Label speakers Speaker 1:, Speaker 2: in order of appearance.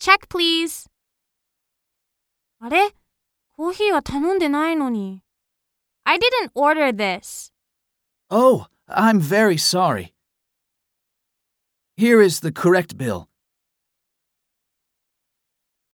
Speaker 1: Check, please.
Speaker 2: あれコーヒーは頼んでないのに。
Speaker 1: I didn't order this.
Speaker 3: Oh, I'm very sorry. Here is the correct bill.